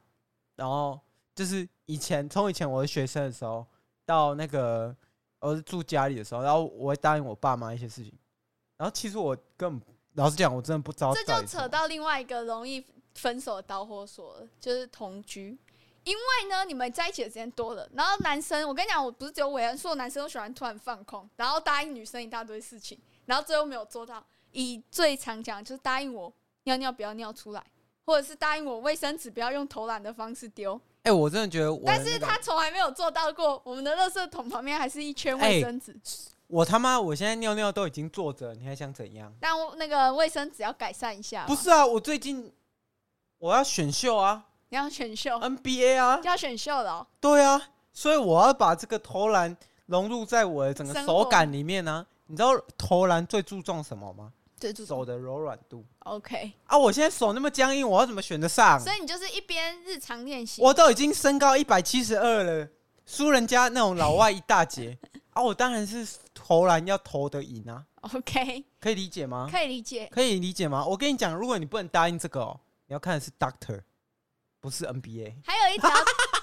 Speaker 1: 然后就是以前从以前我是学生的时候到那个我是住家里的时候，然后我会答应我爸妈一些事情，然后其实我根本老实讲，我真的不知道
Speaker 3: 这
Speaker 1: 到
Speaker 3: 就
Speaker 1: 底是
Speaker 3: 扯到另外一个容易分手的导火索了，就是同居。因为呢，你们在一起的时间多了，然后男生，我跟你讲，我不是只有伟恩，所有男生都喜欢突然放空，然后答应女生一大堆事情，然后最后没有做到。以最常讲就是答应我尿尿不要尿出来，或者是答应我卫生纸不要用投篮的方式丢，
Speaker 1: 哎、我真的觉得我的那
Speaker 3: 但
Speaker 1: 个、
Speaker 3: 是他从来没有做到过。我们的垃圾桶旁边还是一圈卫生纸，
Speaker 1: 我他妈我现在尿尿都已经坐着，你还想怎样？
Speaker 3: 但我那个卫生纸要改善一下嘛。
Speaker 1: 不是啊，我最近我要选秀啊
Speaker 3: 你要选秀，
Speaker 1: ，NBA 啊，
Speaker 3: 要选秀了哦、
Speaker 1: 对啊，所以我要把这个投篮融入在我的整个
Speaker 3: 生
Speaker 1: 手
Speaker 3: 活
Speaker 1: 感里面呢、你知道投篮最注重什么吗？
Speaker 3: 对，注
Speaker 1: 手的柔软度
Speaker 3: OK，
Speaker 1: 啊！我现在手那么僵硬，我要怎么选得上？
Speaker 3: 所以你就是一边日常练习，
Speaker 1: 我都已经身高一百七十二了，输人家那种老外一 大截啊！我当然是投篮要投得赢啊，
Speaker 3: OK
Speaker 1: 可以理解吗？
Speaker 3: 可以理解。
Speaker 1: 可以理解吗？我跟你讲，如果你不能答应这个哦，你要看的是 Doctor，不是 NBA。
Speaker 3: 还有 一条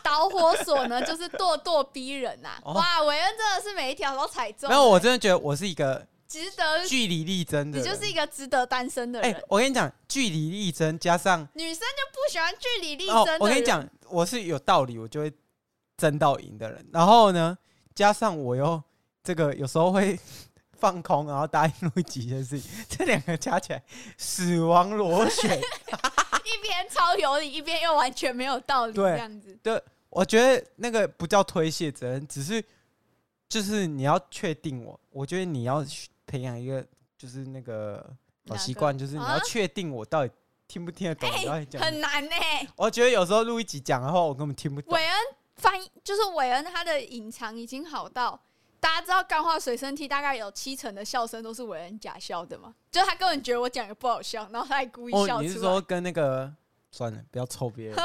Speaker 3: 导火索呢，就是咄咄逼人呐、
Speaker 1: 哦
Speaker 3: 哇，韦恩真的是每一条都踩中，
Speaker 1: 没有，我真的觉得我是一个
Speaker 3: 值得，
Speaker 1: 据理力争的
Speaker 3: 你
Speaker 1: 人。
Speaker 3: 就是一个值得单身的
Speaker 1: 哎、
Speaker 3: 人。
Speaker 1: 我跟你讲，据理力争加上
Speaker 3: 女生就不喜欢据理力争的人、
Speaker 1: 哦我跟你，讲，我是有道理，我就会争到赢的人。然后呢，加上我又这个有时候会 放空，然后答应录几件事情，这两个加起来，死亡螺旋。
Speaker 3: 一边超有理，一边又完全没有道理，
Speaker 1: 对
Speaker 3: 这样子。
Speaker 1: 对，我觉得那个不叫推卸责任，只是就是你要确定我，我觉得你要去培养一个就是那个好
Speaker 3: 哪
Speaker 1: 习
Speaker 3: 个
Speaker 1: 惯，就是你要
Speaker 3: 啊
Speaker 1: 确定我到底听不听得懂
Speaker 3: 哎、
Speaker 1: 你到底讲什
Speaker 3: 很
Speaker 1: 么。
Speaker 3: 难欸呢、
Speaker 1: 我觉得有时候录一集讲的话，我根本听不懂。
Speaker 3: 韦恩翻译就是韦恩，他的隐藏已经好到大家知道，干话随身听大概有七成的笑声都是韦恩假笑的嘛，就是他根本觉得我讲的不好笑，然后他还故意笑
Speaker 1: 哦，你是
Speaker 3: 出来。
Speaker 1: 说跟那个算了，不要臭别人，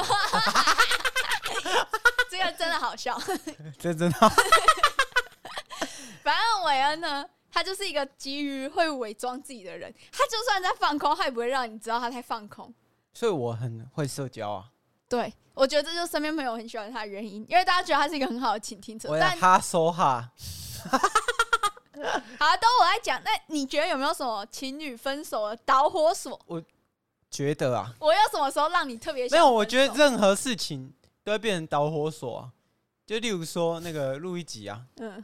Speaker 3: 这个真的好笑。
Speaker 1: 这真的
Speaker 3: 反正韦恩呢，他就是一个急于会伪装自己的人，他就算在放空，他也不会让你知道他在放空。
Speaker 1: 所以我很会社交啊，
Speaker 3: 对，我觉得这就是身边朋友很喜欢他的原因，因为大家觉得他是一个很好的倾听者
Speaker 1: 我。要
Speaker 3: 但
Speaker 1: 哈手哈。
Speaker 3: 好，都我在讲，那你觉得有没有什么情侣分手的导火索？
Speaker 1: 觉得啊，
Speaker 3: 我有什么时候让你特别想
Speaker 1: 没有，我
Speaker 3: 分手
Speaker 1: 觉得任何事情都会变成导火索啊。就例如说那个录一集啊，
Speaker 3: 嗯，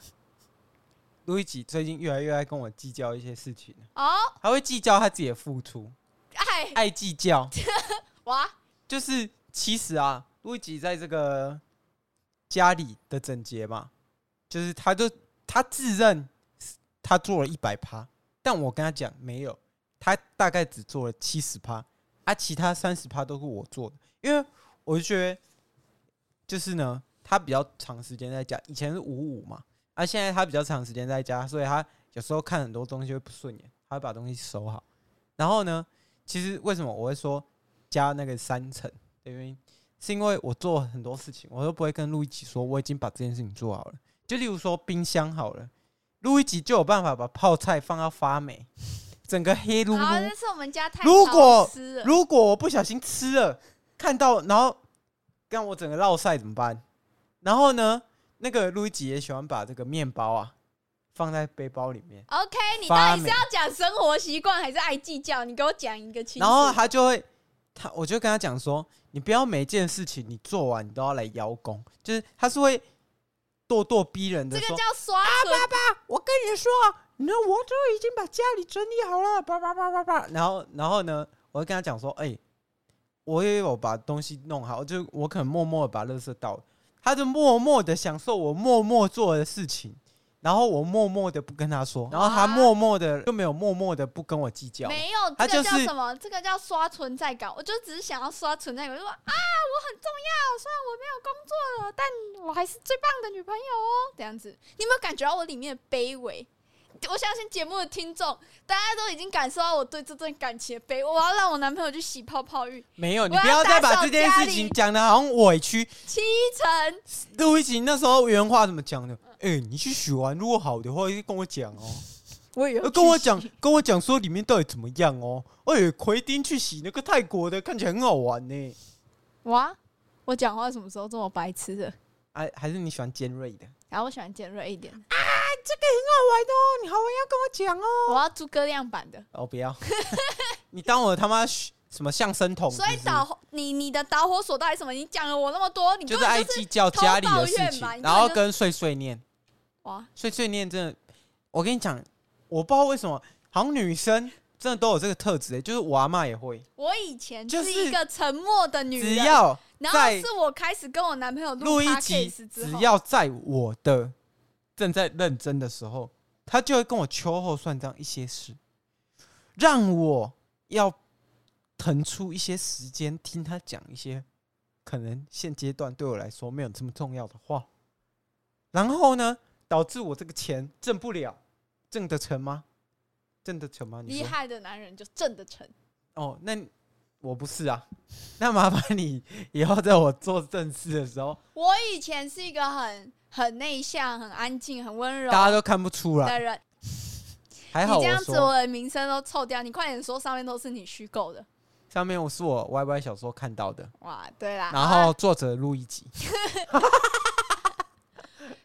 Speaker 1: 录一集最近越来越爱跟我计较一些事情，
Speaker 3: 哦，
Speaker 1: 他会计较他自己的付出，
Speaker 3: 哎，
Speaker 1: 爱计较。
Speaker 3: 哇，
Speaker 1: 就是其实啊，路易吉在这个家里的整洁嘛，就是他就他自认是他做了一百趴，但我跟他讲没有，他大概只做了七十趴，啊，其他三十趴都是我做的，因为我就觉得就是呢，他比较长时间在家，以前是五五嘛，啊，现在他比较长时间在家，所以他有时候看很多东西会不顺眼，他会把东西收好，然后呢，其实为什么我会说加那个三层的原因，是因为我做很多事情，我都不会跟路易吉说我已经把这件事情做好了。就例如说冰箱好了，路易吉就有办法把泡菜放到发霉，整个黑噜
Speaker 3: 好，
Speaker 1: 噜
Speaker 3: 这。是我们家太
Speaker 1: 如果
Speaker 3: 潮湿 了，
Speaker 1: 如果我不小心吃了，看到然后让我整个落晒怎么办？然后呢，那个路易吉也喜欢把这个面包啊放在背包里面，
Speaker 3: OK，你
Speaker 1: 发
Speaker 3: 到
Speaker 1: 霉
Speaker 3: 底是要讲生活习惯还是爱计较？你给我讲一个清楚。
Speaker 1: 然后他就会，他我就跟他讲说，你不要每件事情你做完你都要来邀功，就是他是会咄咄逼人的
Speaker 3: 这个
Speaker 1: 说，啊
Speaker 3: 叫刷存，
Speaker 1: 我跟你说，那我都已经把家里整理好了，叭叭叭叭叭。然后然后呢，我就跟他讲说，哎、我也有把东西弄好，就我可能默默的把垃圾倒了，他就默默的享受我默默做的事情。然后我默默的不跟他说，然后他
Speaker 3: 哇
Speaker 1: 默默的就没有默默的不跟我计较。
Speaker 3: 没有，
Speaker 1: 他
Speaker 3: 这个
Speaker 1: 就
Speaker 3: 叫
Speaker 1: 是
Speaker 3: 什么？这个叫刷存在感。我就只是想要刷存在感，就说啊，我很重要，虽然我没有工作了，但我还是最棒的女朋友哦，这样子。你有没有感觉到我里面的卑微？我相信节目的听众，大家都已经感受到我对这段感情的卑微。我要让我男朋友去洗泡泡浴，
Speaker 1: 没有，你
Speaker 3: 我
Speaker 1: 不
Speaker 3: 要
Speaker 1: 要
Speaker 3: 打
Speaker 1: 再把
Speaker 3: 扫
Speaker 1: 这件
Speaker 3: 家
Speaker 1: 事
Speaker 3: 里
Speaker 1: 情讲的好像委屈。
Speaker 3: 七成
Speaker 1: 录一集那时候原话怎么讲的？哎、你去洗完，如果好的话，就跟我讲哦。
Speaker 3: 我也有
Speaker 1: 呃跟我讲，跟我讲说里面到底怎么样哦。哎、奎丁去洗那个泰国的，看起来很好玩呢。
Speaker 3: 哇，我讲话什么时候这么白痴的？
Speaker 1: 还、啊还是你喜欢尖锐的？
Speaker 3: 然后我喜欢尖锐一点，
Speaker 1: 这个很好玩哦，你好玩要跟我讲
Speaker 3: 我
Speaker 1: 哦。
Speaker 3: 要诸葛亮版的。
Speaker 1: 哦，不 要，你当我他妈嘘什么相声筒？
Speaker 3: 所以
Speaker 1: 哦是不是
Speaker 3: 导你你的导火索到底什么？你讲了我那么多，你
Speaker 1: 就
Speaker 3: 根
Speaker 1: 是
Speaker 3: 本
Speaker 1: 爱
Speaker 3: 就是
Speaker 1: 计较家里的事
Speaker 3: 偷抱怨
Speaker 1: 情
Speaker 3: 嘛你根本，
Speaker 1: 然后
Speaker 3: 就
Speaker 1: 跟碎碎念，
Speaker 3: 哇，
Speaker 1: 碎碎念真的，我跟你讲，我不知道为什么，好像女生真的都有这个特质、欸，就是我阿妈也会，
Speaker 3: 我以前
Speaker 1: 就是
Speaker 3: 一个沉默的女
Speaker 1: 只
Speaker 3: 人，
Speaker 1: 要
Speaker 3: 然后
Speaker 1: 在
Speaker 3: 是我开始跟我男朋友
Speaker 1: 录一
Speaker 3: p
Speaker 1: 集
Speaker 3: case，之
Speaker 1: 只
Speaker 3: 后，
Speaker 1: 要在我的正在认真的时候，他就会跟我秋后算账一些事，让我要腾出一些时间听他讲一些可能现阶段对我来说没有这么重要的话，然后呢，导致我这个钱挣不了，挣得成吗？挣得成吗？你
Speaker 3: 厉
Speaker 1: 说
Speaker 3: 害的男人就挣得成。
Speaker 1: 哦，那你我不是啊， 那麻烦你以后在我做正事的 时候，
Speaker 3: 我以前是一个很很内向、很安静、很温柔
Speaker 1: 大家都看不出来。
Speaker 3: 的人，
Speaker 1: 还
Speaker 3: 你
Speaker 1: 好
Speaker 3: 这
Speaker 1: 我
Speaker 3: 样子
Speaker 1: 说
Speaker 3: 我的名声都臭掉。你快点说，上面都是你虚构的。
Speaker 1: 上面我是我 Y Y 小说看到的，
Speaker 3: 哇，对啦，
Speaker 1: 然
Speaker 3: 好
Speaker 1: 后
Speaker 3: 啦
Speaker 1: 作者录一集，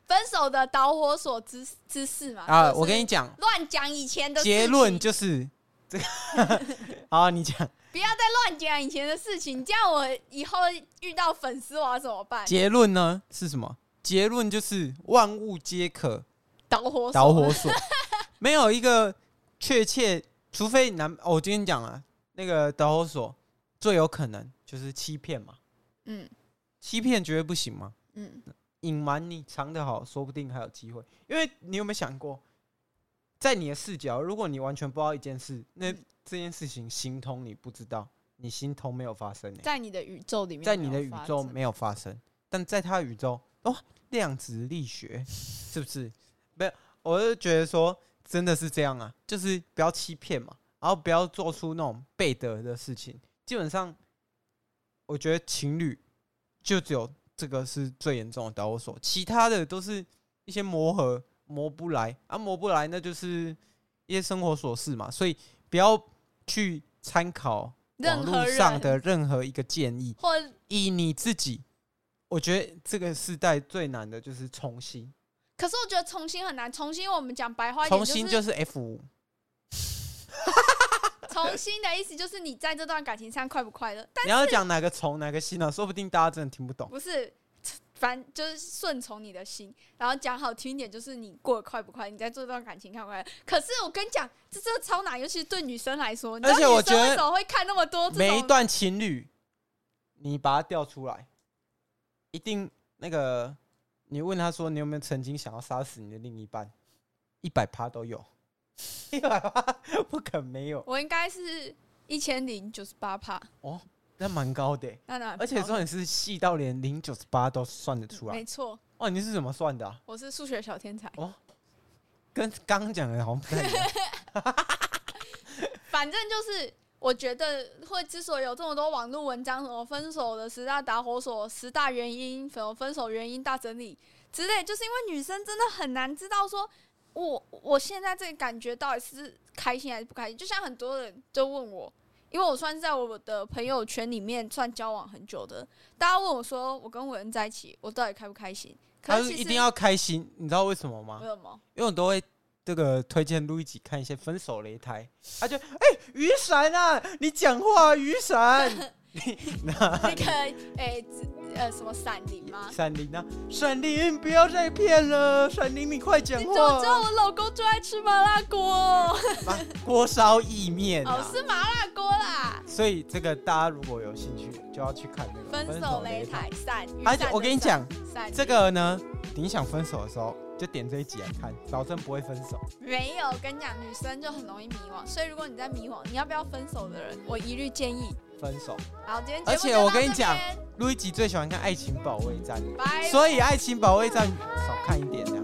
Speaker 3: 分手的导火索之之事嘛。
Speaker 1: 啊，
Speaker 3: 就是
Speaker 1: 我跟 你讲，
Speaker 3: 乱讲以前的事情
Speaker 1: 结论就是 这个。 好，你讲
Speaker 3: 不要再乱讲以前的事情，这样我以后遇到粉丝我要怎么办？
Speaker 1: 结论呢是什么？结论就是万物皆可
Speaker 3: 导火索，
Speaker 1: 导 火索，没有一个确切，除非男。哦、我今天讲啊，那个导火索最有可能就是欺骗嘛，
Speaker 3: 嗯
Speaker 1: 欺骗绝对不行嘛。
Speaker 3: 嗯，
Speaker 1: 隐瞒你藏得好，说不定还有机会。因为你有没有想过，在你的视角，如果你完全不知道一件事，那这件事情行通你不知道，你心通没有发生、欸，
Speaker 3: 在你的宇宙里面，
Speaker 1: 在你的宇宙没有发生，但在他的宇宙，哦，量子力学是不是？没有，我就觉得说真的是这样啊，就是不要欺骗嘛，然后不要做出那种背德的事情。基本上，我觉得情侣就只有这个是最严重的导火索，其他的都是一些磨合磨不来啊，磨不来那就是一些生活琐事嘛，所以不要去参考网
Speaker 3: 任何
Speaker 1: 络
Speaker 3: 人
Speaker 1: 上的任何一个建议，
Speaker 3: 或
Speaker 1: 以你自己，我觉得这个时代最难的就是重新，
Speaker 3: 可是我觉得重新很难，重新我们讲白话一点，
Speaker 1: 重新
Speaker 3: 就
Speaker 1: 就是是 F 五，
Speaker 3: 重新的意思，就是你在这段感情上快不快乐？但
Speaker 1: 你要讲哪个重哪个新啊呢？说不定大家真的听不懂。
Speaker 3: 不是，反就是顺从你的心，然后讲好听一点，就是你过得快不快乐，你在这段感情快不快乐？可是我跟你讲，这真的超难，尤其是对女生来说，你知道
Speaker 1: 而且我
Speaker 3: 女生
Speaker 1: 觉得
Speaker 3: 为什么会看那么多这
Speaker 1: 每一
Speaker 3: 种
Speaker 1: 段情侣，你把它调出来，一定那个，你问他说你有没有曾经想要杀死你的另一半，一百趴都有， 一百趴不可能没有，
Speaker 3: 我应该是一千零九十八帕，
Speaker 1: 那蛮高的欸、
Speaker 3: 那那
Speaker 1: 而且重点是啊细到连零九十八都算得出
Speaker 3: 没
Speaker 1: 来。
Speaker 3: 错，
Speaker 1: 哇，你是怎么算的、啊？
Speaker 3: 我是数学小天才。
Speaker 1: 跟刚刚讲的好像不太一样。
Speaker 3: 反正就是，我觉得会之所以有这么多网络文章，什么分手的十大导火索、十大原因、什么分手原因大整理之类，就是因为女生真的很难知道说。我我现在这个感觉到底是开心还是不开心？就像很多人就问我，因为我算是在我的朋友圈里面算交往很久的，大家问我说，我跟伟恩在一起，我到底开不开心？可
Speaker 1: 他
Speaker 3: 是其
Speaker 1: 是
Speaker 3: 实呃
Speaker 1: 啊一定要开心，你知道为什么吗
Speaker 3: 为？什么？
Speaker 1: 因为我都会这个推荐录一集看一些分手擂台，他就哎、雨伞啊，你讲话啊雨 伞，
Speaker 3: 那个诶、只呃什么闪灵吗？
Speaker 1: 闪灵啊，闪灵不要再骗了，闪灵你快讲
Speaker 3: 你怎么知道
Speaker 1: 话，
Speaker 3: 我老公最爱吃麻辣锅？
Speaker 1: 啊锅烧意面
Speaker 3: 哦
Speaker 1: 啊，。
Speaker 3: 是麻辣锅啦！
Speaker 1: 所以这个大家如果有兴趣，就要去看那个
Speaker 3: 分手擂，台散，
Speaker 1: 而且哎我跟你讲，
Speaker 3: 散
Speaker 1: 这个呢，你想分手的时候就点这一集来看，保证不会分手。
Speaker 3: 没有。跟你讲，女生就很容易迷惘，所以如果你在迷惘，你要不要分手的人，我一律建议。
Speaker 1: 分手，
Speaker 3: 好，今天
Speaker 1: 而且我跟你讲
Speaker 3: 节目就到这边
Speaker 1: 录一集最喜欢看《爱情保卫战》。
Speaker 3: 拜拜。
Speaker 1: 所以《爱情保卫战》少看一点的。啊